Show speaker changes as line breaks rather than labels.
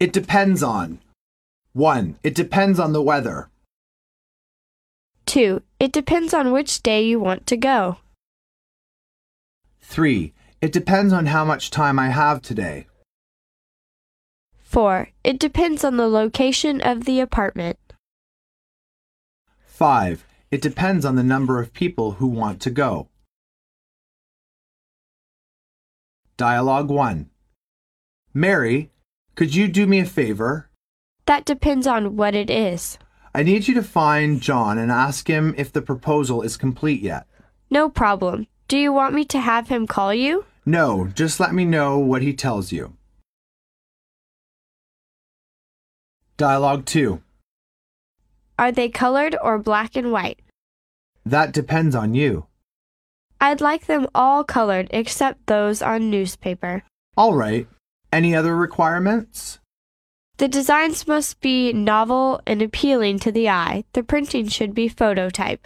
It depends on. 1. It depends on the weather.
2. It depends on which day you want to go.
3. It depends on how much time I have today.
4. It depends on the location of the apartment.
5. It depends on the number of people who want to go. Dialogue 1. Mary, could you do me a favor?
That depends on what it is.
I need you to find John and ask him if the proposal is complete yet.
No problem. Do you want me to have him call you?
No, just let me know what he tells you. Dialogue 2.
Are they colored or black and white?
That depends on you.
I'd like them all colored except those on newspaper.
All right. Any other requirements?
The designs must be novel and appealing to the eye. The printing should be phototype.